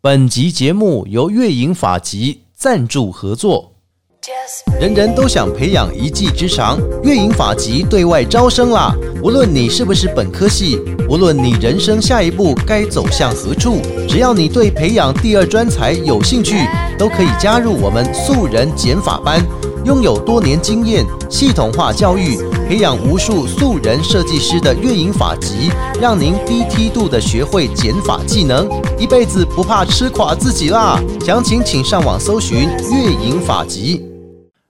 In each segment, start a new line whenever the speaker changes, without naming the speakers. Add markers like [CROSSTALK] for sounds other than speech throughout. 本集节目由月影法集赞助合作。
Just
人人都想培养一技之长，月影法籍对外招生啦！无论你是不是本科系，无论你人生下一步该走向何处，只要你对培养第二专才有兴趣，都可以加入我们素人减法班。拥有多年经验、系统化教育，培养无数素人设计师的月影法籍，让您低梯度的学会减法技能，一辈子不怕吃垮自己啦！详情请上网搜寻月影法籍。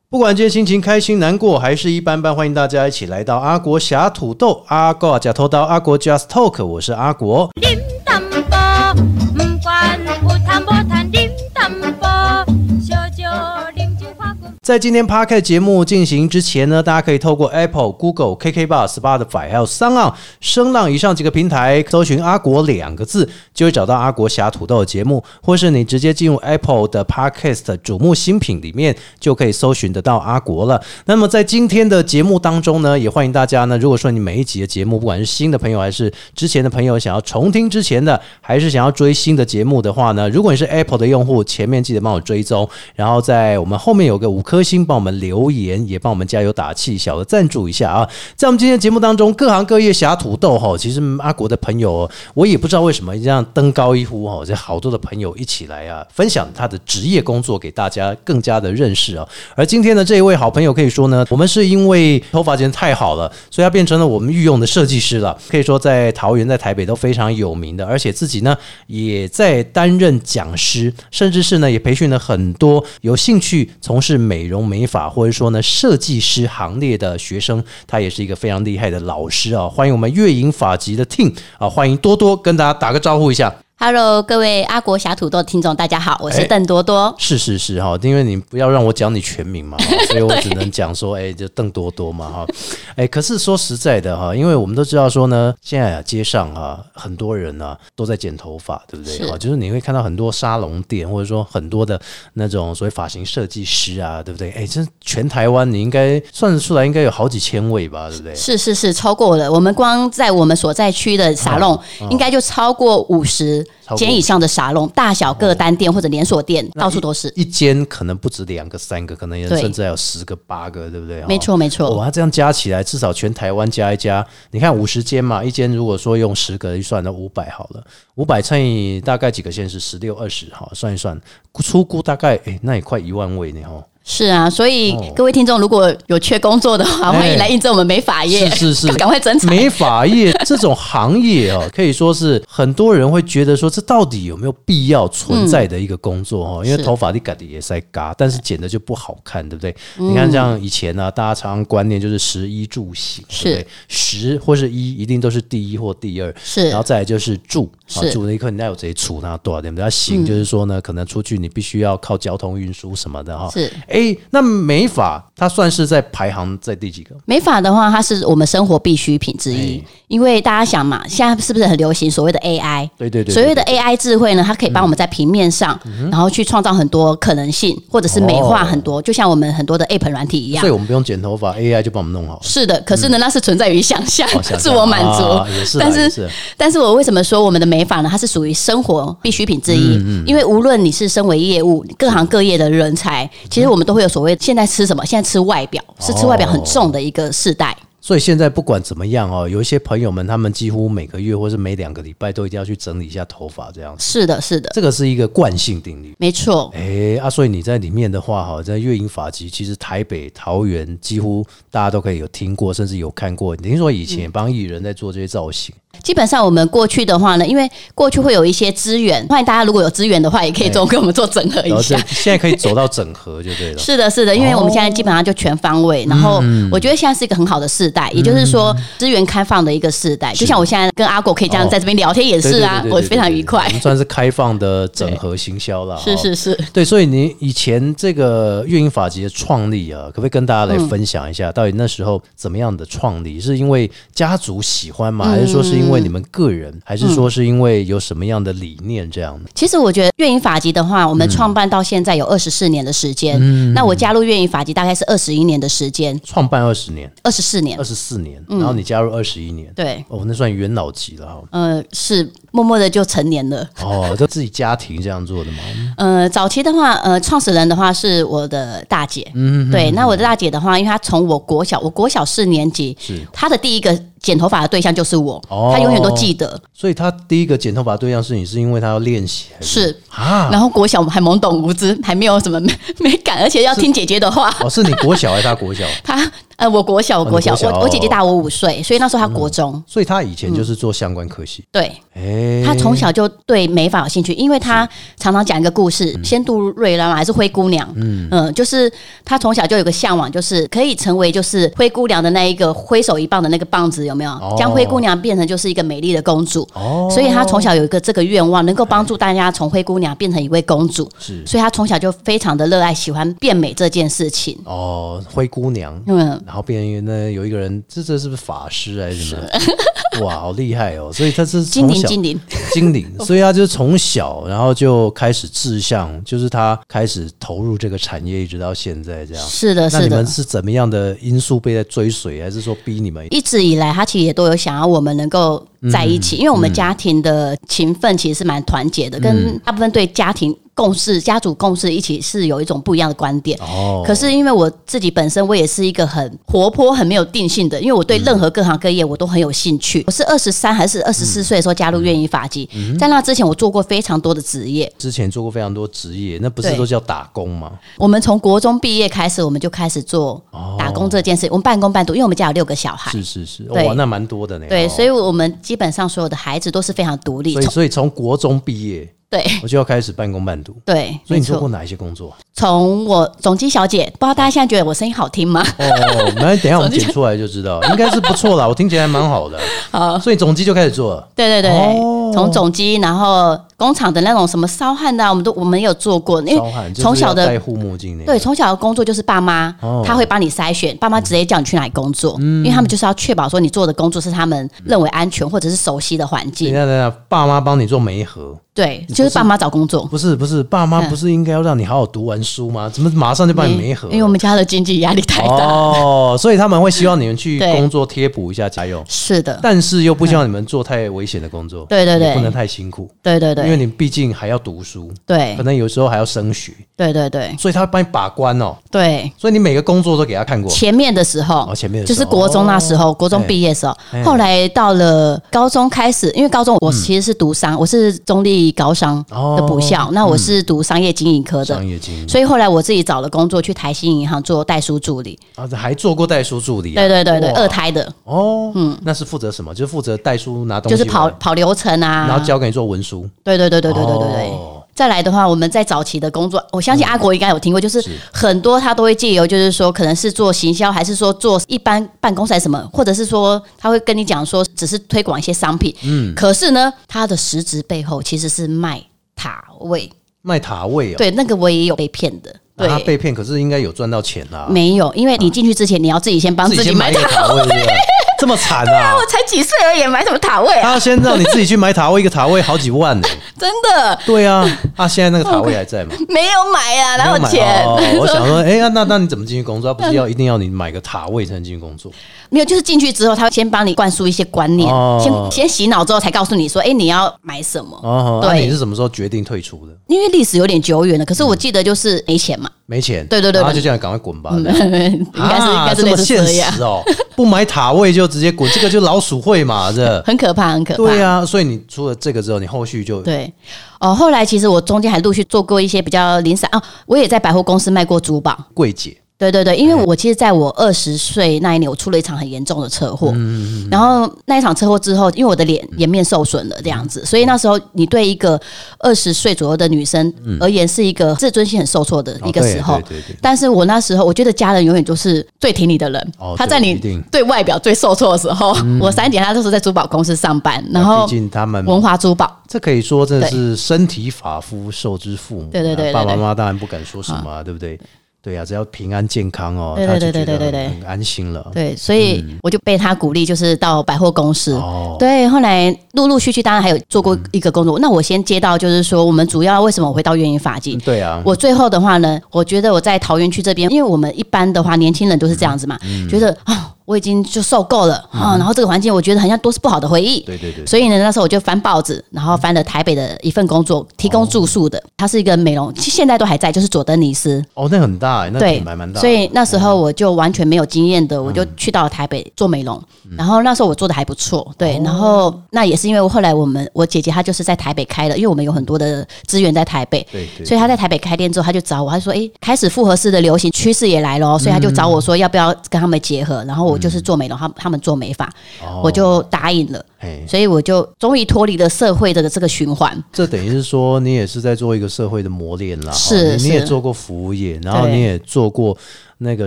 不管今天心情开心、难过还是一般般，欢迎大家一起来到阿国侠土豆、阿国假头刀、阿国 Just Talk，我是阿国。
điểm tâm bò mừng quan u tham bò than điểm tâm bò cho cho điểm chữ khoa của
在今天 p a r k 节目进行之前呢，大家可以透过 Apple、Google、KK Bar、Spotify 还有声浪、声浪以上几个平台搜寻“阿国”两个字，就会找到阿国侠土豆的节目，或是你直接进入 Apple 的 Podcast 瞩目新品里面，就可以搜寻得到阿国了。那么在今天的节目当中呢，也欢迎大家呢，如果说你每一集的节目，不管是新的朋友还是之前的朋友，想要重听之前的，还是想要追新的节目的话呢，如果你是 Apple 的用户，前面记得帮我追踪，然后在我们后面有个五颗星，帮我们留言，也帮我们加油打气，小额赞助一下啊。在我们今天的节目当中，各行各业侠土豆哈，其实阿国的朋友哦，我也不知道为什么这样登高一呼哈，这好多的朋友一起来啊，分享他的职业工作给大家更加的认识啊。而今天的这一位好朋友可以说呢，我们是因为头发剪得太好了，所以他变成了我们御用的设计师了，可以说在桃园、在台北都非常有名的，而且自己呢也在担任讲师，甚至是呢也培训了很多有兴趣从事美容美发或者说呢设计师行列的学生，他也是一个非常厉害的老师啊！欢迎我们月影发集的 team 啊，欢迎多多跟大家打个招呼一下。
Hello，各位阿国侠土豆的听众，大家好，我
哎
是邓多多。
是是是哈，因为你不要让我讲你全名
[LAUGHS]
嘛，哈所以我只能讲说，哎、就邓多多嘛哈，哎、可是说实在的哈，因为我们都知道说呢，现在啊街上啊很多人呢、啊、都在剪头发，对不对？
是
哈，就是你会看到很多沙龙店，或者说很多的那种所谓发型设计师啊，对不对？哎、这全台湾你应该算得出来，应该有好几千位吧，对不对？
是是是，超过了。我们光在我们所在区的沙龙，应该就超过五十
嗯超过嗯
间以上的沙龙，大小各单店或者连锁店，
那
到处都是。
一间可能不止两个、三个，可能也
对
甚至还有十个、八个，对不对？哈
没错没错，
哇，哦这样加起来，至少全台湾加一加，你看五十间嘛，一间如果说用十个预算，那五百好了，五百乘以大概几个县是十六二十，好算一算，出估大概诶、那也快一万位呢哦哈。
是啊。所以
哦
各位听众如果有缺工作的话，
哎
欢迎来应征我们美发业，
是是是
[LAUGHS] 赶快征才。
美发业这种行业
[LAUGHS]
哦，可以说是很多人会觉得说，这到底有没有必要存在的一个工作哦？因为
嗯是嗯
头发你改的也在嘎，但是剪的就不好看，对不对？你看像以前呢、啊，大家常常观念就是食衣住行，
是
对不对？食或是衣一定都是第一或第二，
是
然后再来就是住，啊，
是嗯
住那一刻你要有贼出，那多少点？那行就是说呢，可能出去你必须要靠交通运输什么的哈、
是
哎，那美发它算是在排行在第几个？
美发的话，它是我们生活必需品之一，
哎
因为大家想嘛，现在是不是很流行所谓的 AI？
对对对，
所谓的
对嗯
AI 智慧呢，它可以帮我们在平面上，然后去创造很多可能性，或者是美化很多，就像我们很多的 App 软体一样
哦所以。我们不用剪头发，AI 就帮我们弄
[LAUGHS]
好了。
是的，可是呢，那是存在于想象
哦想、
自我满足
啊、也是啦，
但
也
是，
是
但是我为什么说我们的美发呢？它是属于生活必需品之
嗯
一，因为无论你是身为业务各行各业的人才，
嗯
其实我们都会有所谓现在吃什么，现在吃外表，是吃
哦
外表很重的一个世代。
所以现在不管怎么样哦，有一些朋友们，他们几乎每个月或是每两个礼拜都一定要去整理一下头发，这样子，
是的，是的，
这个是一个惯性定律。
没错，
哎啊，所以你在里面的话哈，在月影法集，其实台北、桃园几乎大家都可以有听过，甚至有看过。你听说以前
嗯
也帮艺人在做这些造型，
基本上我们过去的话呢，因为过去会有一些资源，欢迎大家如果有资源的话，也可以做跟我们做整合
然
一
后这
下。
现在可以走到整合就对了。
哎是的，是的，因为我们现在基本上就全方位，然后
嗯
我觉得现在是一个很好的世代，也就是说资源开放的一个世代。就像我现在跟阿果可以这样在这边聊天也
对
是啊
嗯对对对，
我
对
非常愉
对
快
我。们算是开放的整合行销了。
[LAUGHS] 是
哦
是是，
对，所以你以前这个运营法籍的创立啊，可不可以跟大家
嗯
来分享一下，到底那时候怎么样的创立？是因为家族喜欢吗？还是说是因为
嗯
你们个人，还是说是因为有什么样的理念这样？
其实我觉得乐影法集的话，我们创办到现在
嗯
有二十四年的时间。那我加入乐影法集大概是二十一年的时间，
创办二十年，
二十四年
二。十四年，然后你加入二十一年，
对，
哦，那算元老级了哈。
呃，是默默的就成年了。
哦， [LAUGHS] 就自己家庭这样做的吗？
呃，早期的话，呃，创始人的话是我的大姐，嗯，对。那我的大姐的话，因为她从我国小，我国小四年级，
是
她的第一个剪头发的对象就是我，
哦
她永远都记得。
所以他第一个剪头发对象是你，是因为他要练习还
是，
啊？
然后国小还懵懂无知，还没有什 [LAUGHS] 么美美感，而且要听姐姐的话。
哦，是你国小还是他国小？ [LAUGHS]
她呃，我国小，我
哦
国小，
你国小哦嗯
我我姐姐大我五岁，所以那时候她国中。
所以他以前就是做相关科系。
对
哎、
她嗯从小就对美发有兴趣，因为她常常讲一个故事，
嗯
仙杜瑞拉嘛，还是灰姑娘，嗯就是她从小就有个向往，就是可以成为就是灰姑娘的那一个挥手一棒的那个棒子，有没有？
哦
将灰姑娘变成就是一个美丽的公主，
哦
所以她从小有一个这个愿望，能够帮助大家从灰姑娘变成一位公主，
是
所以她从小就非常的热爱喜欢变美这件事情，
哦，灰姑娘，
嗯。
然后变成那有一个人，这这是不是法师还是什么？哇，好厉害哦！所以他是
精
从
灵，
小
精灵，
精
[LAUGHS]
灵，所以他就是从小，然后就开始志向，就是他开始投入这个产业，一直到现在这样。
是的，
那
呃是
你
的
们。是怎么样的因素被在追随，还是说逼你们？
一直以来，他其实也都有想要我们能够在一
嗯
起，因为我们家庭的情分其实是蛮团结的，跟大部分对家庭共事、家族共事一起是有一种不一样的观点。
哦，
可是因为我自己本身，我也是一个很活泼、很没有定性的，因为我对任何各行各业我都很有兴趣。我是二十三还是二十
嗯
四岁的时候加入愿意法籍，在那之前我做过非常多的职业。
之前做过非常多职业，那不是
对
都叫打工吗？
我们从国中毕业开始，我们就开始做
哦
打工这件事。我们半工半读，因为我们家有六个小孩，
是是是，
对
哇，那蛮多的呢。
对，
哦
所以我们基本上所有的孩子都是非常独立
所。以
从
所以从国中毕业，
对
我就要开始半工半读。
对，
所以
没
你做过
错。
哪一些工作？
从我总机小姐，不知道大家现在觉得我声音好听吗？ [LAUGHS]
哦，那等一下我们剪出来就知道，应该是不错啦，我听起来还蛮好的。
[LAUGHS] 好，
所以总机就开始做了。
对对对，
哦
从总机，然后工厂的那种什么烧焊的啊、我们都我们也有做过，因
烧
为
焊
从小
就是要戴
的。
护目镜那个
对，从小的工作就是爸妈，
哦嗯
他会帮你筛选，爸妈直接叫你去哪里工作，因为他们就是要确保说你做的工作是他们认为安全或者是熟悉的环
等一
境。
下等一下，爸妈帮你做媒合，
对，
你
就是
不是
爸妈找工作，
不是不是，爸妈
嗯
不是应该要让你好好读完书吗？怎么马上就帮你媒合？
因为我们家的经济压力太大。
哦，所以他们会希望你们去
对
工作贴补一下家用，
是的，
但是又不希望你们做太危险的工作，
对对对
也不能太辛苦，
对对
因为你
对
毕竟还要读书，
对
可能有时候还要升学，
对对对
所以他会帮你把关哦，
对，
所以你每个工作都给他看过。
前面的时候，
哦前面的时
就
候哦
是国中那时候，国中毕业的时候，
哎
后来到了高中开始，因为高中我其实是读
嗯
商，我是中立高商的补校，那我是读商业经营科的
哦商。业经营
所以后来我自己找了工作，去台新银行做代书助理。
啊，还做过代书助理、啊，
对对对对，
哇
二胎的，
哦，那是负责什么？就是负责代书拿东
就
西
是
回来，
跑跑流程啊。
然后交给你做文书，
对对对对对对对对。
哦
再来的话，我们在早期的工作，我
嗯
相信阿国应该有听过，就是很多他都会借由，就是说可能是做行销，还是说做一般办公室还是什么，或者是说他会跟你讲说只是推广一些商品，嗯，可是呢，他的实质背后其实是卖塔位，
卖塔位哦。
对，那个我也有被骗的，
那他
对，
被骗，可是应该有赚到钱啦、
没有，因为你进去之前你要自己先帮自己
先 [LAUGHS] 买
买
一个
塔，
塔位，对
[LAUGHS]
不对这么惨啊！
我才几岁而已，买什么塔位啊？
他要先让你自己去买塔位，一个塔位好几万
[LAUGHS]
呢、
真的
对啊，啊，现在那个塔位还在吗？
[LAUGHS] 没有买啊，哪
没
有
买
钱？嗯
哦，我想
[LAUGHS]
说，哎、呀，那那你怎么进去工作？他不是要一定要你买个塔位才能进去工作？
没有，就是进去之后，他会先帮你灌输一些观念，
哦
先先洗脑之后，才告诉你说，哎，你要买什么。
哦，那、
对
你是什么时候决定退出的？
因为历史有点久远了，可是我记得就是没钱嘛，
没钱，
对对对对
然后就这样赶快滚吧，
[LAUGHS]
这样
应该是应该
啊
是
这么
类似
现
这样，
实哦，不买塔位就直接滚，这个就老鼠会嘛，这。
很可怕，很可怕。
对啊，所以你出了这个之后，你后续就
对哦，后来其实我中间还陆续做过一些比较零散哦，我也在百货公司卖过珠宝。
柜姐
对对对，因为我其实在我二十岁那一年，我出了一场很严重的车
嗯
祸，然后那一场车祸之后，因为我的脸颜面受损了这样子，所以那时候你对一个二十岁左右的女生而言是一个自尊心很受挫的一个时候。
嗯哦对对对对
但是我那时候，我觉得家人永远都是最挺你的人。
哦
他在
对
你
一定嗯
对外表最受挫的时候，我三姐她都是在珠宝公司上班，然后
毕竟他们哦
文华珠宝，
这可以说真的是身体发肤受之父母啊，
对对对对对
爸爸妈妈当然不敢说什么啊，对不对？对呀、只要平安健康哦，
对
他
对
就觉
对对对
得
对对
很安心了。
对，所以我就被他鼓励，就是到百货公司。
哦，
对，后来陆陆续续，当然还有做过一个工作。那我先接到，就是说，我们主要为什么我会到园艺发
嗯
髻？
对啊，
我最后的话呢，我觉得我在桃园区这边，因为我们一般的话，年轻人都是这样子嘛，
嗯
觉得啊、我已经就受够了啊、然后这个环境，我觉得好像都是不好的回忆。
对对对，
所以呢，那时候我就翻报纸，然后翻了台北的一份工作，提供住宿的，它是一个美容，其实现在都还在，就是佐登尼斯。
哦，那很大欸，那
对
品牌蛮，大的，嗯
所以那时候我就完全没有经验的，我就去到台北做美容，然后那时候我做的还不错，对，
哦
然后那也是因为后来我们我姐姐她就是在台北开的，因为我们有很多的资源在台北，
对对，
所以她在台北开店之后，她就找我，她说：“诶，开始复合式的流行趋势也来
嗯
了哦，所以她就找我说要不要跟他们结合，然后我就是做美容，他他们做美发，
哦
我就答应了，
嘿
所以我就终于脱离了社会的这个循环。
这等于是说，你也是在做一个社会的磨练啦。
是
哦你你也
是
做过服务业，然后
对
你也做过那个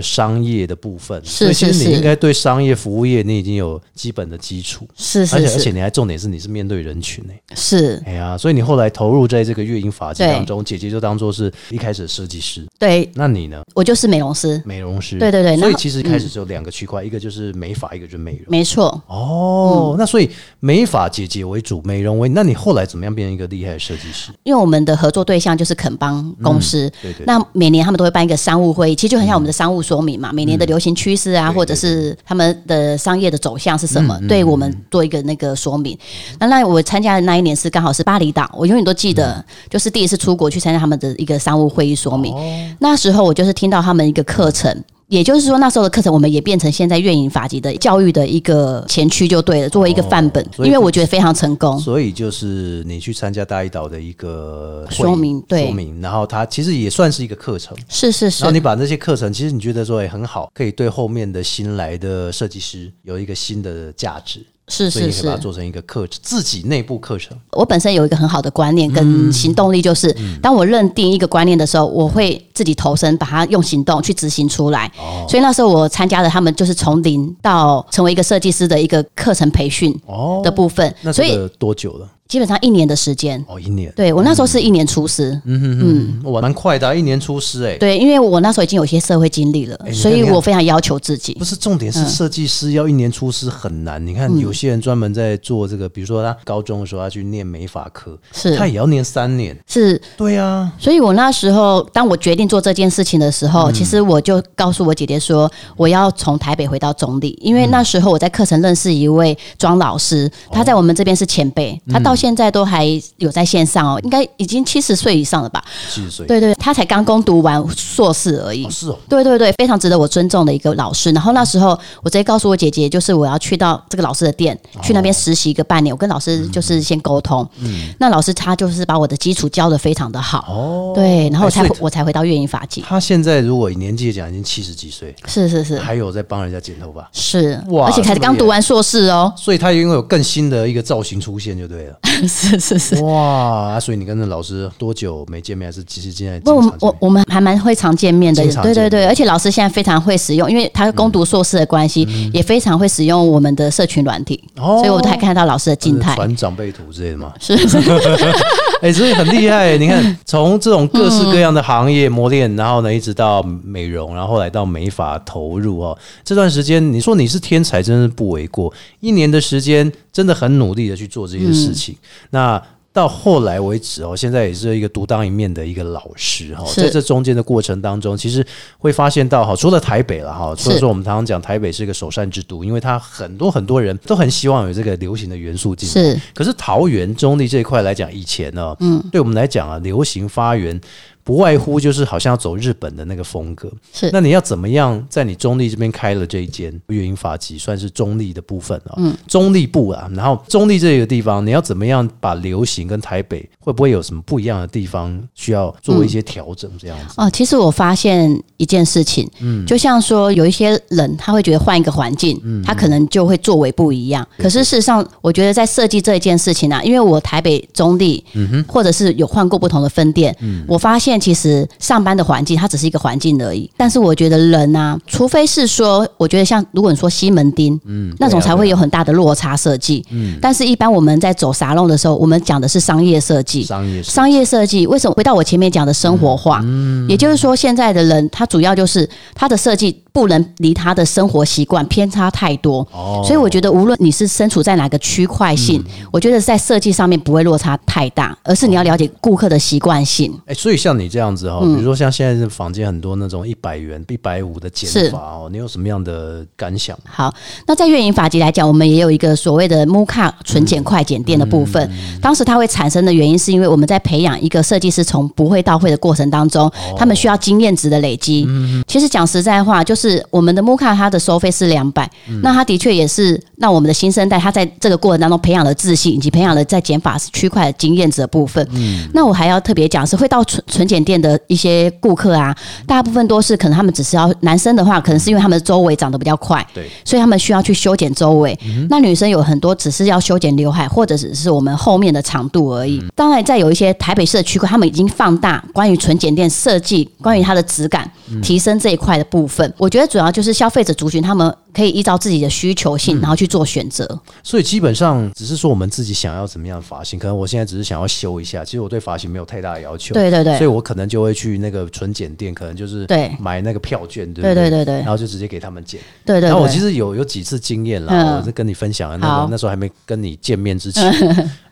商业的部分，
是
所以其
是
实你
是
应该对商业服务业你已经有基本的基础，
是
而
是
且而且
是
你还重点是你是面对人群诶、
是，
哎呀，所以你后来投入在这个乐音法技
对
当中，姐姐就当做是一开始的设计师，
对
那你呢，
我就是美容师，
美容师？
对对对
所以
那嗯
其实开始只有两个区块，一个就是美发，一个就是美容。
没错。”
哦，那所以美发姐姐为主，美容为，那你后来怎么样变成一个厉害的设计师？
因为我们的合作对象就是肯邦公司。
对对，
那每年他们都会办一个商务会议，其实就很像我们的商务说明嘛，每年的流行趋势啊，
嗯对
或者是他们的商业的走向是什么，
嗯嗯
对我们做一个那个说明。那那我参加的那一年是刚好是巴厘岛，我永远都记得，
嗯
就是第一次出国去参加他们的一个商务会议说明。
哦
那时候我就是听到他们一个课程。也就是说，那时候的课程我们也变成现在月影法籍的教育的一个前驱就对了，作为一个范本，
哦所以
因为我觉得非常成功。
所以就是你去参加大一岛的一个会议
说明对
说明，然后它其实也算是一个课程。
是是是
然后，你把这些课程，其实你觉得说也哎很好，可以对后面的新来的设计师有一个新的价值，
是
所以
是
你可以
是
把它。做成一个课程，自己内部课程。
我本身有一个很好的观念
嗯
跟行动力，就是当我认定一个观念的时候，我会自己投身，把它用行动去执行出来。
哦
所以那时候我参加了他们就是从零到成为一个设计师的一个课程培训
哦
的部分，
那
所
这
以
个多久了？
基本上一年的时间。
哦，一年。
对我那时候是一年出师，
嗯，我蛮快的啊、一年出师哎、
对，因为我那时候已经有一些社会经历了，
哎你看
所以我非常要求自己
不。是重点是
嗯
设计师要一年出师很难。你看有些人专门在做这个，比如说他高中的时候他去念美法科，
是
他也要念三年。
是，
对啊，
所以我那时候当我决定做这件事情的时
嗯
候，其实我就告诉我姐姐说，我要从台北回到中立，因为那时候我在课程认识一位庄老师，他在我们这边是前辈，
嗯
他到现在都还有在线上哦，应该已经七十岁以上了吧？
七十岁。
对对，他才刚攻读完硕士而已
哦，。是哦，
对对对，非常值得我尊重的一个老师。然后那时候我直接告诉我姐姐，就是我要去到这个老师的店，
哦
去那边实习一个半年。我跟老
嗯
师就是先沟通，那老师他就是把我的基础教的非常的好，
哦，
对，然后我才
哎
回、
所以
我才回到月影发髻。
他现在如果以年纪讲，已经七十几岁，
是是是
还有在帮人家剪头发，
是，
哇
而且才
这么
刚
厉
读
害
完硕
[LAUGHS]
士哦，
所以他因为有更新的一个造型出现就对
[LAUGHS]
了。
是是是。
哇，啊所以你跟那老师多久没见面？还是其实现在
不，
经
我
常
们
见
我
面
我们还蛮会常见面的
经常，
对对
见
对，
面嗯
而且老师现在非常会使用，因为他攻读硕士的关系，也非常会使用我们的社群软体，
哦
所以我都还看到老师的静态，
传长辈图之类的嘛。
是是
[LAUGHS] 哎、所以很厉害、你
[LAUGHS]
看，从这种各式各样的行业磨练，然后呢，一直到美容，然后后来到美发投入哦。这段时间，你说你是天才，真是不为过。一年的时间，真的很努力的去做这些事情。
嗯
那到后来为止哦，现在也是一个独当一面的一个老师哈、哦，
是
在这中间的过程当中，其实会发现到哈，除了台北了哈，
是
所以说我们常常讲台北是一个首善之都，因为它很多很多人都很希望有这个流行的元素进来。
是
可是桃园中立这一块来讲，以前呢、嗯，对我们来讲啊，流行发源不外乎就是好像要走日本的那个风格。
是
那你要怎么样在你中立这边开了这一间乐音发集，算是中立的部分啊、嗯，中立部啊，然后中立这个地方，你要怎么样把流行跟台北会不会有什么不一样的地方需要做一些调整？这样子、
哦，其实我发现一件事情，嗯，就像说有一些人他会觉得换一个环境，他可能就会作为不一样。可是事实上，我觉得在设计这一件事情啊，因为我台北中立，或者是有换过不同的分店，我发现现其实上班的环境它只是一个环境而已，但是我觉得人啊，除非是说，我觉得像如果你说西门町，嗯，那种才会有很大的落差设计，嗯，但是一般我们在走沙龙的时候，我们讲的是商业设计。
商业
商业设计为什么回到我前面讲的生活化？也就是说，现在的人他主要就是他的设计不能离他的生活习惯偏差太多，
哦
所以我觉得，无论你是身处在哪个区块性，我觉得在设计上面不会落差太大，而是你要了解顾客的习惯性。
哎、所以像你这样子哈、
嗯
比如说像现在这房间很多那种一百元、一百五的减
是
法哦，你有什么样的感想？
好，那在月影法籍来讲，我们也有一个所谓的 MUCA 纯简快简店的部分。当时它会产生的原因，是因为我们在培养一个设计师从不会到会的过程当中，他们需要经验值的累积。其实讲实在话，就是我们的 MUCA 它的收费是两百、那它的确也是让我们的新生代他在这个过程当中培养了自信，以及培养了在减法区块的经验值的部分。那我还要特别讲是会到纯纯简店的一些顾客啊，大部分都是可能他们只是要男生的话，可能是因为他们的周围长得比较快，
对，
所以他们需要去修剪周围。
嗯
那女生有很多只是要修剪刘海，或者只是我们后面的长度而
嗯
已。当然，在有一些台北市的区块，他们已经放大关于纯剪店设计、关于它的质感
嗯
提升这一块的部分。我觉得主要就是消费者族群他们可以依照自己的需求
嗯
性，然后去做选择。
所以基本上只是说我们自己想要怎么样的发型，可能我现在只是想要修一下，其实我对发型没有太大的要求。
对对对
所以我可能就会去那个纯剪店，可能就是
对
买那个票券，对不
对
对
对对对
然后就直接给他们剪。
对对
然后我
对，
其实有有几次经验啦，
嗯
我是跟你分享的那个
好
那时候还没跟你见面
[LAUGHS]
之前，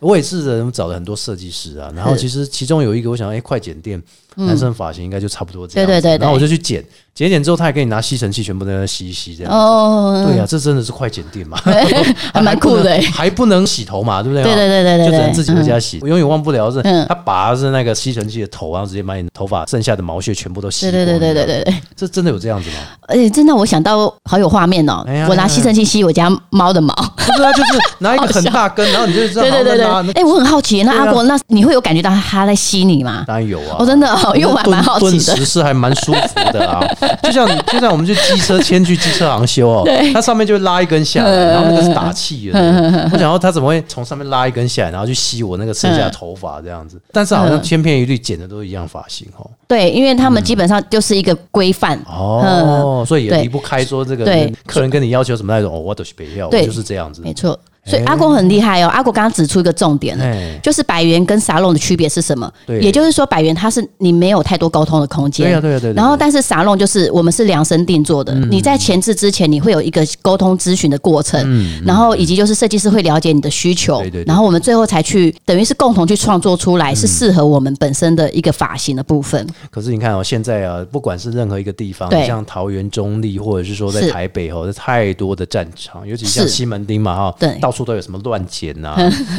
我也是找了很多设计师啊，然后其实其中有一个我想，哎、快剪店男生发型应该就差不多这样子，
嗯对对对对
然后我就去剪，剪一剪之后他还给你拿吸尘器全部在那吸一吸这样。
哦，
对啊，这真的是快剪店
[LAUGHS]
嘛， [LAUGHS]
还蛮酷的欸
还不能洗头嘛，对不对？
对对对对对对
就只能自己回家洗。我永远忘不了是
嗯，
他拔的是那个吸尘器的头，然后直接把你头发剩下的毛屑全部都吸
对
光。
对对对对对对，
这真的有这样子吗？ [LAUGHS]
而且真的我想到好有画面哦
哎呀，
我拿吸尘器吸我家猫的毛。
不是啊，就是拿一个很大根，然后你就知道，
对 [LAUGHS] 对对对，
好那拿那
哎，我很好奇，那
对啊
阿国，那你会有感觉到他在吸你吗？
当然有啊，
哦，真的
[LAUGHS]
哦，[LAUGHS] 因为我还蛮好奇
顿
的
时。是还蛮舒服的
[LAUGHS]
啊，就像就像我们去机车牵去机车行修哦，它上面就会拉一根下来，然后那个是打气的。
嗯
我想到它怎么会从上面拉一根下来，然后去吸我那个剩
嗯
下的头发这样子？但是好像千篇一律剪的都一样发型哦。
对，因为他们基本上就是一个规范。
哦，所以也
嗯对
离不开说这个
对
客人跟你要求什么那种，哦，我都是北要，我
对
就是这样子。
没错。所以阿国很厉害哦，阿国刚刚指出一个重点了
哎
就是百元跟沙龙的区别是什么？
对
也就是说百元它是你没有太多沟通的空间，
对呀啊对呀对对对嗯
然后但是沙龙就是我们是量身定做的，你在前置之前你会有一个沟通咨询的过程，然后以及就是设计师会了解你的需求，
嗯对对嗯对
然后我们最后才去等于是共同去创作出来是适合我们本身的一个发型的部分。
可是你看哦，现在啊，不管是任何一个地方，
对
像桃园中立，或者是说在
是
台北哦，这太多的战场，尤其像
是
西门町嘛哈，
对
到处都有什么乱剪
[LAUGHS]
呐、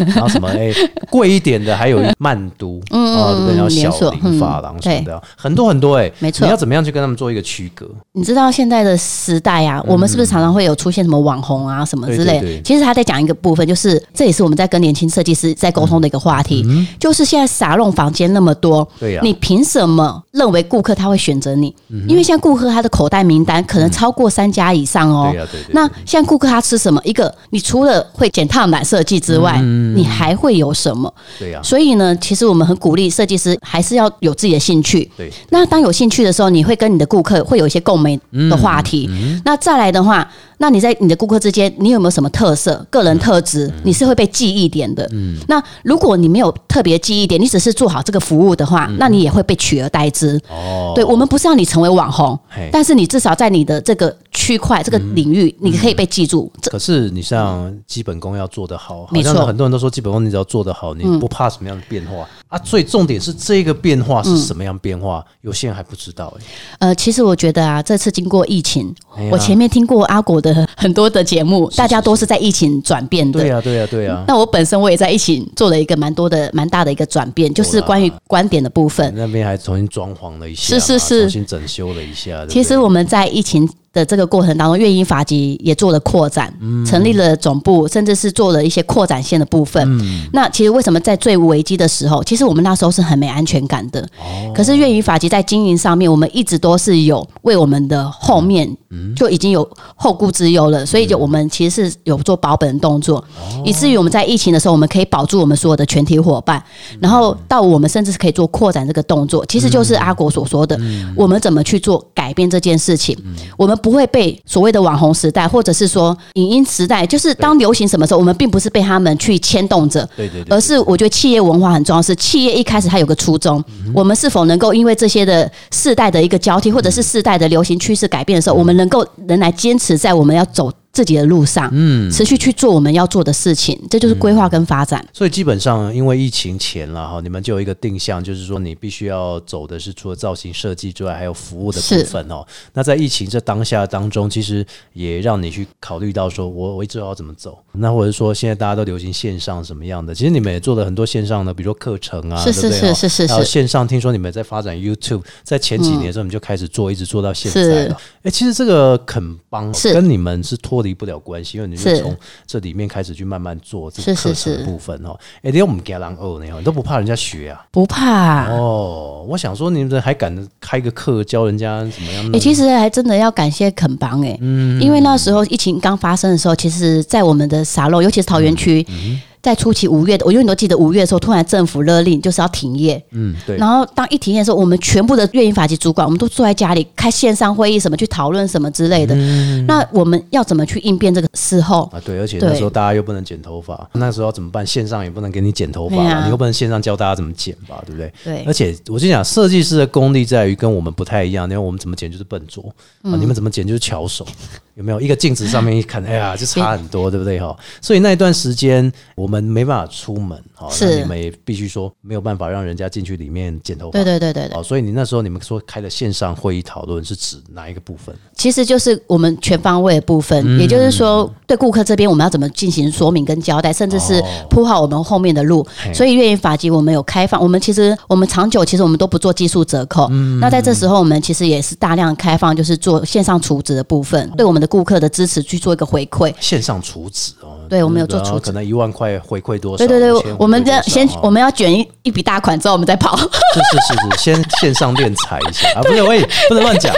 然后什么哎贵一点的，还有曼都，嗯啊，对不对然后
连
小
锁
林发廊
嗯
什么的，很多很多哎、
没错
你要怎么样去跟他们做一个区隔？
你知道现在的时代啊，我们是不是常常会有出现什么网红啊什么之类？
嗯对对对
其实他在讲一个部分，就是这也是我们在跟年轻设计师在沟通的一个话题，就是现在沙龙房间那么多，
嗯对呀嗯
你凭什么认为顾客他会选择你？因为现在顾客他的口袋名单可能超过三家以上哦。
对呀对对对
那现在顾客他吃什么？一个，你除了会剪烫染设计之外，
嗯
你还会有什么？
对呀、
所以呢，其实我们很鼓励设计师还是要有自己的兴趣。
对，
那当有兴趣的时候，你会跟你的顾客会有一些共鸣的话题。
嗯
那再来的话，那你在你的顾客之间，你有没有什么特色、个人特
嗯
质？你是会被记忆点的。那如果你没有特别记忆点，你只是做好这个服务的话，那你也会被取而代之。
嗯哦，
对，我们不是让你成为网红
嘿，嗯
但是你至少在你的这个区块、这个领域，你可以被记住。这
可是你像基本功要做得好，好
没错嗯
像很多人都说基本功你只要做得好，你不怕什么样的变化、啊。最重点是这个变化是什么样变
嗯
化，有些人还不知道哎、
呃，其实我觉得啊，这次经过疫情，
哎呀
我前面听过阿果的很多的节目，
是
大家都是在疫情转变的。
对呀、对呀、啊对呀、
那我本身我也在疫情做了一个蛮多的、蛮大的一个转变，就是关于观点的部分。
那边还重新装潢了一下嘛，
是是是
重新整修了一下。对不对
其实我们在疫情的这个过程当中，乐音法集也做了扩展，成立了总部，甚至是做了一些扩展线的部分。那其实为什么在最危机的时候，其实我们那时候是很没安全感的。可是乐音法集在经营上面，我们一直都是有为我们的后面就已经有后顾之忧了，所以就我们其实是有做保本的动作，以至于我们在疫情的时候，我们可以保住我们所有的全体伙伴，然后到我们甚至是可以做扩展这个动作，
嗯
其实就是阿国所说的，我们怎么去做改变这件事情，
嗯
我们不会被所谓的网红时代，或者是说影音时代，就是当流行什么时候，我们并不是被他们去牵动着，
对对对
而是我觉得企业文化很重要，是企业一开始它有个初衷，
嗯
我们是否能够因为这些的世代的一个交替，或者是世代的流行趋势改变的时
嗯
候，我们能够仍然坚持在我们要走自己的路上，嗯，持续去做我们要做的事情，这就是规划跟发展。
所以基本上，因为疫情前了哈，你们就有一个定向，就是说你必须要走的是除了造型设计之外，还有服务的部分哦。那在疫情这当下当中，其实也让你去考虑到说我，我一直要怎么走。那或者说，现在大家都流行线上什么样的？其实你们也做了很多线上的，比如说课程啊，
是是
对不对哦
是是是是
还有线上，听说你们在发展 YouTube，在前几年的时候你们就开始做，一直做到现在了。哎，其实这个肯邦
嗯是
跟你们是脱离不了关系，因为你就是从这里面开始去慢慢做这个
是是
课程的
是
部分哦。哎，你我们给人哦，你哦你都不怕人家学啊？
不怕、
哦，我想说你们还敢开个课教人家怎么样弄？
哎、其实还真的要感谢垦邦哎、
嗯
因为那时候疫情刚发生的时候，其实，在我们的沙漏，尤其是桃园区，
嗯
在初期五月的，我永远都记得五月的时候，突然政府勒令就是要停业，
嗯，对，
然后当一停业的时候，我们全部的乐音法及主管，我们都坐在家里开线上会议，什么去讨论什么之类的。
嗯
那我们要怎么去应变这个事后？
啊，对，而且那
对
时候大家又不能剪头发，那时候要怎么办？线上也不能给你剪头发
对
嘛，
啊
你又不能线上教大家怎么剪吧，对不对？
对
而且我就讲，设计师的功力在于跟我们不太一样，因为我们怎么剪就是笨拙，
嗯
啊，你们怎么剪就是巧手，有没有？一个镜子上面一 [LAUGHS] 看，哎呀，就差很多，对不对？哈，所以那一段时间我们没办法出门，哈，那
是
你们也必须说没有办法让人家进去里面剪头发。
对对对对对，
哦，所以你那时候你们说开的线上会议讨论是指哪一个部分？
其实就是我们全方位的部分，
嗯
也就是说，对顾客这边我们要怎么进行说明跟交代，甚至是铺好我们后面的路。
哦嘿
所以乐言法籍我们有开放，我们其实我们长久其实我们都不做技术折扣。
嗯
那在这时候，我们其实也是大量开放，就是做线上储值的部分，对我们的顾客的支持去做一个回馈。
线上储值哦，
对我们有做
然后
储值
可能一万块回馈多少？
对对对
五千回馈多，少
我们这样先
哦
我们要卷一一笔大款之后，我们再跑。 [LAUGHS]
是是是是，先 [LAUGHS] 线上练财一下啊，不是喂，不能乱讲，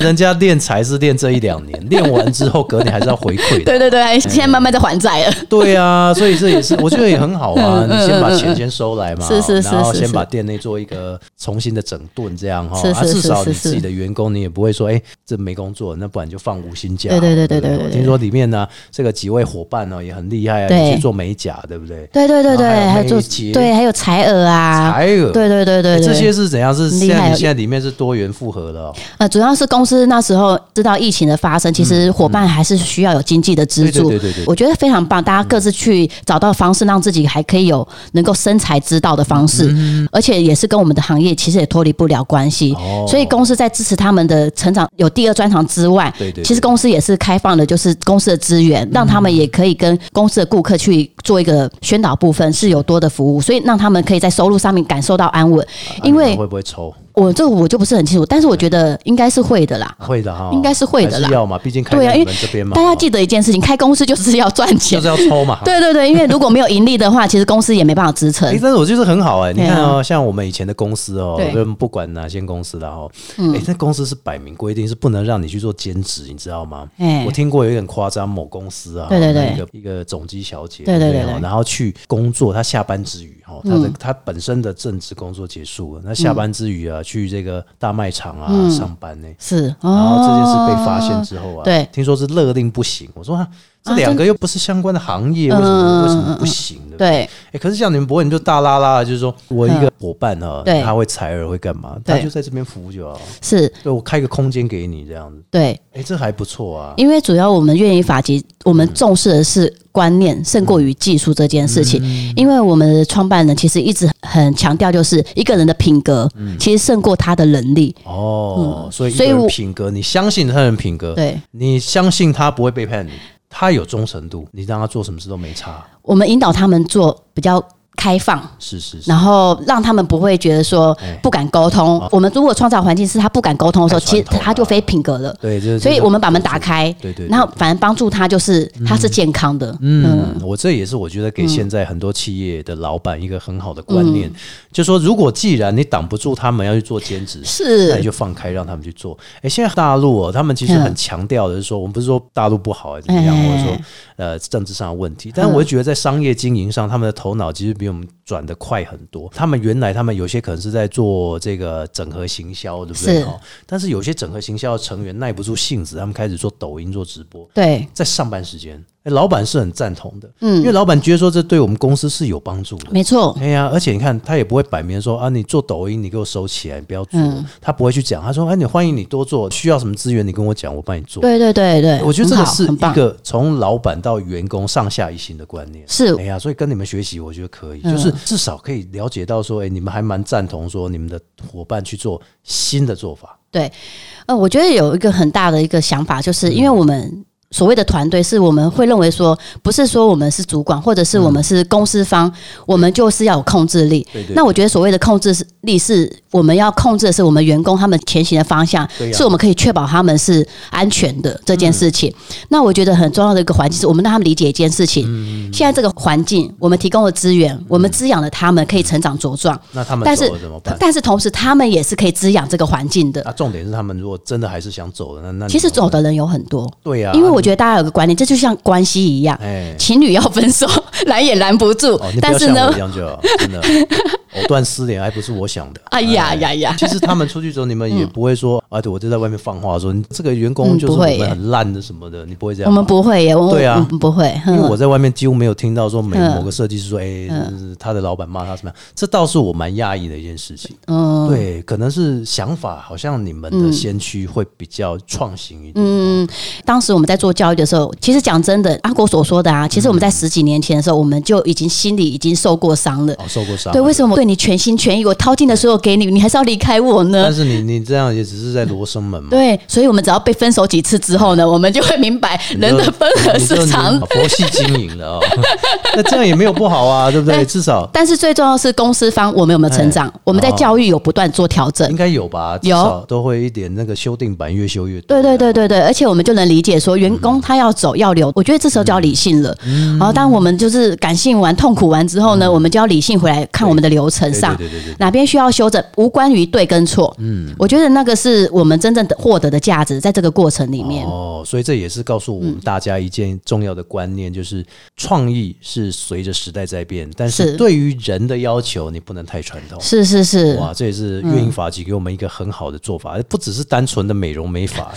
人家练财是练这一两
[LAUGHS]
年，练完之后隔年还是要回馈的。
对对对，现在慢慢在还债
[LAUGHS]
了。
对啊，所以这也是我觉得也很好
嗯
啊，你先把钱先收来嘛，
是嗯是是
然后
是
先
是
把店内做一个重新的整顿，这样哈，
是
啊，
是
至
是
少
是
你
是
自己的员工你也不会说，哎，这没工作，那不然就放无薪假。
对对对对
不
对对对
听说里面呢，这个几位伙伴呢也很厉害啊，
对
也去做美甲，对不对？
对对对对，
然后还有
还有做
美睫
对，还有采耳啊，
还有
对对对对
欸
对，
这些是怎样？是
很
现
厉害
在
哦
你现在里面是多元复合了哦、
呃，主要是公司那时候知道疫情的发生，其实伙伴还是需要有经济的资助。
嗯对对对对对
我觉得非常棒，大家各自去找到方式，让自己还可以有能够生财之道的方式，
嗯
而且也是跟我们的行业其实也脱离不了关系。
哦
所以公司在支持他们的成长有第二专长之外，
对对嗯对
其实公司也是开放的，就是公司的资源，让他们也可以跟公司的顾客去做一个宣导部分，是有多的服务，所以让他们可以在收入上面感受到安稳。
啊
因
你
为
们会不会抽？
我这个我就不是很清楚，但是我觉得应该是会的啦。
会的哈，
应该是会的啦
还是要嘛，毕竟开
对
在
啊，
你
因
们这边
为
嘛，
大家
哦
记得一件事情，开公司就是要赚钱
就是。要抽嘛。
[LAUGHS] 对对对，因为如果没有盈利的话，其实公司也没办法支撑
哎、。但是我就是很好哎、你
对啊
看哦，像我们以前的公司哦，
对嗯
就不管哪间公司的哦，哎、那公司是摆明规定是不能让你去做兼职，你知道吗？
哎
我听过有点夸张，某公司啊，
对对对
一个一个总机小姐，
对对
不
对对嗯
然后去工作，她下班之余哦哈，她的她本身的正职工作结束了，那下班之余啊，
嗯
去这个大卖场啊上班呢、
是
然后这件事被
嗯哦，
发现之后啊，
对
听说是勒令不行。我说啊，这
啊
两
真
个又不是相关的行业，为什么
嗯
为什么不行？对不对？
对
哎，可是像你们博文就大拉拉的，就是说我一个伙伴啊，
嗯对
他会采耳会干嘛？他
对
就在这边服务就好。
是，
对我开个空间给你这样子，
对，
哎，这还不错啊。
因为主要我们愿意法籍，我们重视的是观念胜过于技术这件事情。
嗯
因为我们的创办人其实一直很强调，就是一个人的品格
嗯
其实胜过他的能力。
哦，所以一个
嗯所以
人
我
品格，你相信他人品格，
对
你相信他不会背叛你，他有忠诚度，你让他做什么事都没差。
我们引导他们做比较开放，
是是是，
然后让他们不会觉得说
哎
不敢沟通。我们如果创造环境是他不敢沟通的时候，
太传
其实
统了
他就非品格了。
对，就是
所以我们把门打开，
对对对
然后反而帮助他，就是他是健康的，
嗯，我这也是我觉得
嗯
给现在很多企业的老板一个很好的观念，就说如果既然你挡不住他们要去做兼职，那你
是
就放开让他们去做。哎，现在大陆哦，他们其实很强调的是说，我们不是说大陆不好还是怎么样，
哎嗯
或者说呃政治上的问题，但我觉得在商业经营上，他们的头脑其实比我们转得快很多。他们原来他们有些可能是在做这个整合行销，对不对？
是
哦，但是有些整合行销的成员耐不住性子，他们开始做抖音、做直播，
对，
在上班时间，哎老板是很赞同的，
嗯
因为老板觉得说这对我们公司是有帮助的。
没错，
[LAUGHS] 哎呀，而且你看，他也不会摆明说啊，你做抖音，你给我收起来，你不要做。
嗯
他不会去讲，他说，哎，你欢迎你多做，需要什么资源你跟我讲，我帮你做。
对对对对，
我觉得这个哎
很好
是
很
一
棒，
个从老板到员工上下一心的观念。
是
哎呀，所以跟你们学习，我觉得可以，
嗯
就是至少可以了解到说，哎，你们还蛮赞同说你们的伙伴去做新的做法。
呃，我觉得有一个很大的一个想法，就是因为
嗯
我们。所谓的团队是我们会认为说，不是说我们是主管，或者是我
嗯
们是公司方，我们就是要有控制力。
对对
那我觉得所谓的控制力是我们要控制的是我们员工他们前行的方向，
对呀
是我们可以确保他们是安全的这件事情。
嗯
那我觉得很重要的一个环境是我们让他们理解一件事情：
嗯
现在这个环境，我们提供的资源，我们滋养了他们可以成长茁壮，
那他们
但是
走了怎么办？
但是同时他们也是可以滋养这个环境的。
啊，重点是他们如果真的还是想走的，那那你
其实
怎么
走
办
的人有很多，
对呀、
因为我觉得大家有个观念，这就像关系一样
得，哎。
情侣要分手 [LAUGHS] 拦也拦不住
哦，你，
[LAUGHS]
不
但
要
是
像
呢
我一，样就好，真
[LAUGHS]
的藕断丝连，还不是我想的。
哎呀呀呀，
其实他们出去之后，你们也不会说，啊，对我就在外面放话说，你这个员工
嗯
就是
不
我们
会耶
很烂的什么的，你不会这
我
样吗。
们不会耶，我
对啊
我们不会，
因
嗯
为我在外面几乎没有听到说每
嗯
某个设计师说，哎，就是他的老板骂他什么样，这倒是我蛮讶异的一件事情。
嗯，
对，可能是想法好像你们的
嗯
先驱会比较创新一点。
嗯，当时我们在做教育的时候，其实讲真的，阿国所说的
嗯
啊，其实我们在十几年前的时候，我们就已经心里已经受过伤了。
哦，受过伤。
对，为什么我对你全心全意，我掏尽了所有给你，你还是要离开我
但
呢？
是你你这样也只是在罗生门嘛。
对，所以我们只要被分手几次之后呢，我们就会明白
你
人
就
的分合
你就是
长
你佛系经营了哦。 [LAUGHS] 那这样也没有不好啊，对不对？
哎
至少
但是最重要是公司方我们有没有成长，我们在
哦
教育有不断做调整
应。该有吧，至
有
少都会一点那个修订版，越修越多。啊
对对对对对，而且我们就能理解说，员工他要走要留，我觉得这时候就要理性了。
嗯
然后当我们就是感性完、痛苦完之后呢，我们就要理性回来看我们的流程
对，
上
对对对对对。
哪边需要修正，无关于对跟错。嗯，我觉得那个是我们真正的获得的价值，在这个过程里面。
哦，所以这也是告诉我们大家一件重要的观念，就是创意是随着时代在变，但是
是
对于人的要求，你不能太传统。
是是是，
哇，这也是月英发髻给我们一个很好的做法，不只是单纯的美容美发，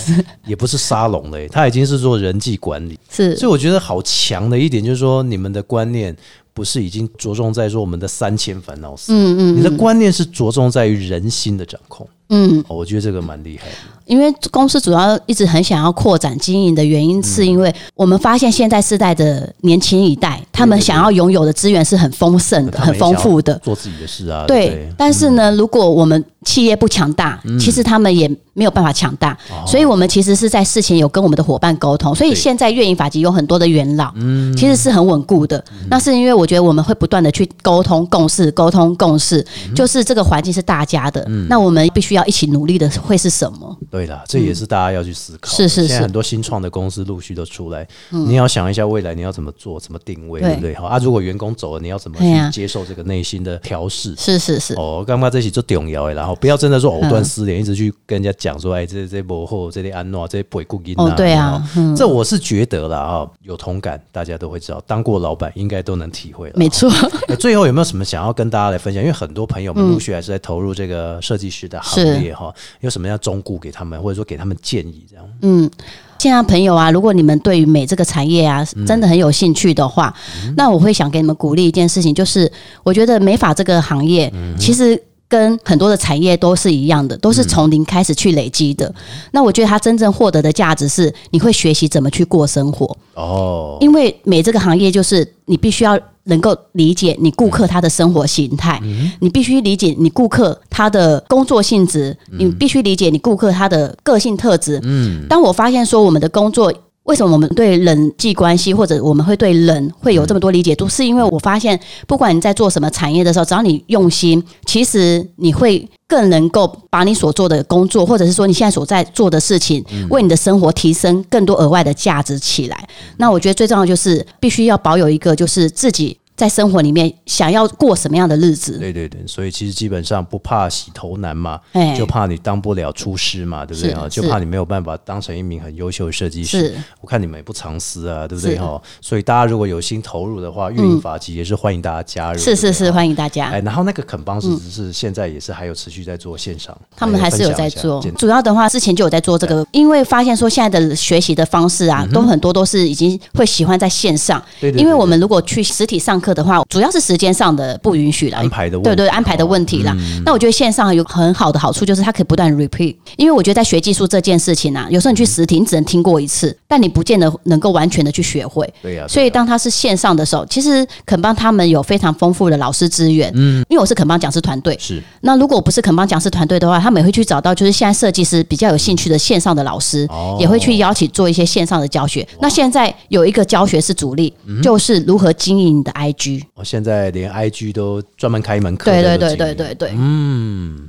也 [LAUGHS] 不是沙龙了，它已经是做人际管理。
是
所以我觉得好强的一点就是说，你们的观念不是已经着重在说我们的三千烦恼丝，嗯嗯，你的观念是着重在于人心的掌控，嗯，我觉得这个蛮厉害的，
因为公司主要一直很想要扩展经营的原
嗯
因，是因为我们发现现在世代的年轻一代，他们想要拥有的资源是很丰盛的、
他们
很
也
丰富
想
的
要。做自己的事啊，对不嗯
对，但是呢，如果我们企业不强大，其实他们也没有办法强大，所以我们其实是在事前有跟我们的伙伴沟通，所以
哦对嗯
现在月影法集有很多的元老，其实是很稳固的。那是因为我觉得我们会不断的去沟通共识，沟通共识，
嗯
就是这个环境是大家的，那我们必须要一起努力的会是什么？
对啦，这也是大家要去思考的。
是是是嗯
现在很多新创的公司陆续都出来，你也要想一下未来你要怎么做，怎么定位，
对
对不对？好啊，如果员工走了，你要怎么
对呀
去接受这个内心的调试？
是是是，
哦，刚刚这起做重要的啦，然后不要真的说藕断丝连，一直去跟人家讲说，哎，这这幕后，这里安诺，这不会故意
哦对啊
这我是觉得啦，啊，有同感，大家都会知道，当过老板应该都能体会了。
没错，
哎最后有没有什么想要跟大家来分享？因为很多朋友们陆续还是在投入这个设计师的行业哈，有什么要忠顾给他们，或者说给他们建议这样？
嗯。现在朋友啊，如果你们对于美这个产业啊真的很有兴趣的话，那我会想给你们鼓励一件事情，就是我觉得美发这个行业、其实。跟很多的产业都是一样的，都是从零开始去累积的。那我觉得它真正获得的价值是，你会学习怎么去过生活。
哦，
因为美这个行业就是你必须要能够理解你顾客他的生活形态，你必须理解你顾客他的工作性质，你必须理解你顾客他的个性特质。嗯，当我发现说我们的工作。为什么我们对人际关系或者我们会对人会有这么多理解度？是因为我发现，不管你在做什么产业的时候，只要你用心，其实你会更能够把你所做的工作，或者是说你现在所在做的事情，
嗯
为你的生活提升更多额外的价值起来。那我觉得最重要就是必须要保有一个，就是自己在生活里面想要过什么样的日子。
对对对，所以其实基本上不怕洗头难嘛，
哎
就怕你当不了厨师嘛，对不对啊？
是
就怕你没有办法当成一名很优秀的设计师
是。
我看你们也不藏私啊，对不对
是
哈？所以大家如果有心投入的话，运营法集也是欢迎大家加入。
是是是，
迎。
欢迎大家。
哎，然后那个肯邦是是现在也是还有持续在做线上，
他们
哎
还是有
分
在
享一下
做
见，
主要的话之前就有在做这个，因为发现说现在的学习的方式啊，都很多都是已经会喜欢在线上，
嗯对对对
因为我们如果去实体上课的话，主要是时间上的不允许啦，
安排的问题嗯
对对安排的问题啦。那我觉得线上有很好的好处就是它可以不断 repeat，因为我觉得在学技术这件事情啊，有时候你去实体你只能听过一次，但你不见得能够完全的去学会。
对呀，
所以
对呀
当它是线上的时候，其实肯邦他们有非常丰富的老师资源，嗯，因为我是肯邦讲师团队，
是
那如果不是肯邦讲师团队的话，他们也会去找到就是现在设计师比较有兴趣的线上的老师，
哦
也会去邀请做一些线上的教学。那现在有一个教学是主力，
嗯
就是如何经营你的 IG。
我哦现在连 IG 都专门开一门课，
对对
叫做
对
经
对
营
对对，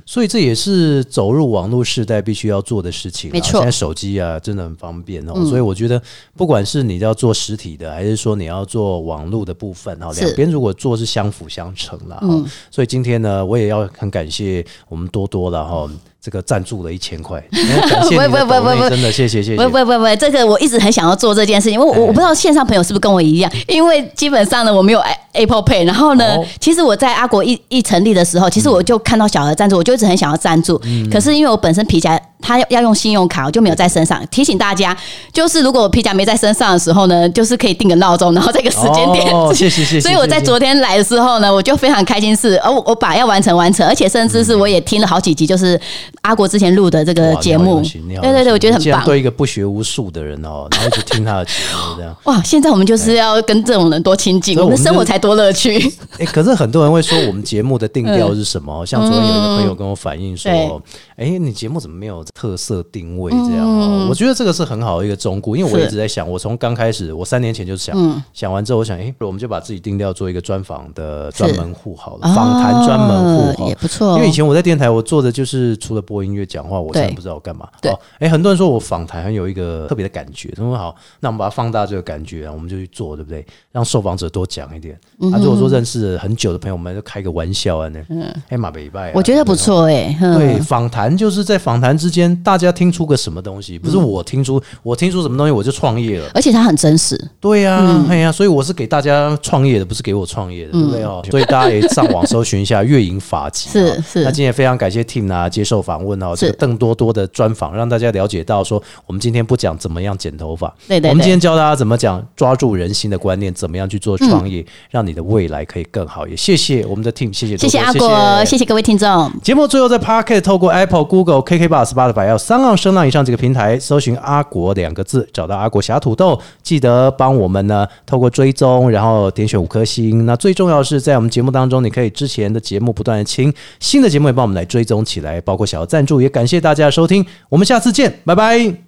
所以这也是走入网络时代必须要做的事情、啊。
没错嗯
现在手机啊真的很方便哦，所以我觉得不管是你要做实体的，还是说你要做网络的部分哈，
是嗯
两边如果做是相辅相成了哈。所以今天呢，我也要很感谢我们多多了哈。这个赞助了一千
[LAUGHS]
块，哎感谢你的
不会不会
抖内
不会
真的谢谢谢谢。哎
不不不不，这个我一直很想要做这件事情，因为我我不知道线上朋友是不是跟我一样，因为基本上呢我没有 A- Apple Pay，然后呢，
哦
其实我在阿国一一成立的时候，其实我就看到小额赞助，我就一直很想要赞助，
嗯
可是因为我本身皮夹他要用信用卡，我就没有在身上。提醒大家，就是如果我皮夹没在身上的时候呢，就是可以定个闹钟，然后这个时间点
哦，谢谢谢谢。
[LAUGHS] 所以我在
谢谢
昨天来的时候呢，我就非常开心是，哦，我我把要完成完成，而且甚至是我也听了好几集，就是阿国之前录的这个
哇
节
你好
目
用心你，好
对
用
对对，
心
我觉得
你
很
竟然
棒。
对一个不学无术的人哦，然后一直听他的节目这样。
哇，现在我们就是要跟这种人多亲近，
所以
我
我们
们的生活才多乐趣。
哎、可是很多人会说我们节目的定调是什么？像昨天有一个朋友跟我反映说
嗯，
哎、你节目怎么没有特色定位这样、哦我觉得这个是很好的一个忠告，因为我
嗯是嗯
一直在想，我从刚开始，我三年前就想，想完之后我想，哎、我们就把自己定调做一个专访的专门户好了，访谈专门户
哦
好
也。不错，
因为以前我在电台，我做的就是除了播音乐、讲话，我
对
真的不知道我干嘛。
对
哦，哎、很多人说我访谈很有一个特别的感觉，他们说好，那我们把它放大这个感觉，啊我们就去做，对不对？让受访者多讲一点。
嗯
啊，如果说认识很久的朋友们，就开个玩笑啊，那哎马北拜，
嗯我觉得不。错哎、
对，啊
嗯，
访谈就是在访谈之间，大家听出个什么东西，不是
嗯
我听出，我听出什么东西我就创业了。
而且他很真实，
对呀、
嗯
哎呀、所以我是给大家创业的，不是给我创业的，对不对哦？所以大家也上网搜寻一下月影法集、哦。
是是
那今天也非常感谢 Tim 啊接受访问哦，
是
这个邓多多的专访，让大家了解到说，我们今天不讲怎么样剪头发，
对对
我们今
对
天。教大家怎么讲抓住人心的观念，怎么样去做创
嗯
业，让你的未来可以更好。也谢谢我们的 Tim，谢谢
谢
多多，
谢阿国，谢谢各位听众，
节目最后在 Pocket 透过 Apple、Google、KK Bus、Spotify 还有三浪声浪以上几个平台搜寻“阿国”两个字，找到阿国侠土豆，记得帮我们呢透过追踪，然后点选五颗星。那最重要的是在我们节目当中，你可以之前的节目不断的清，新的节目也帮我们来追踪起来，包括小额赞助，也感谢大家的收听，我们下次见，拜拜。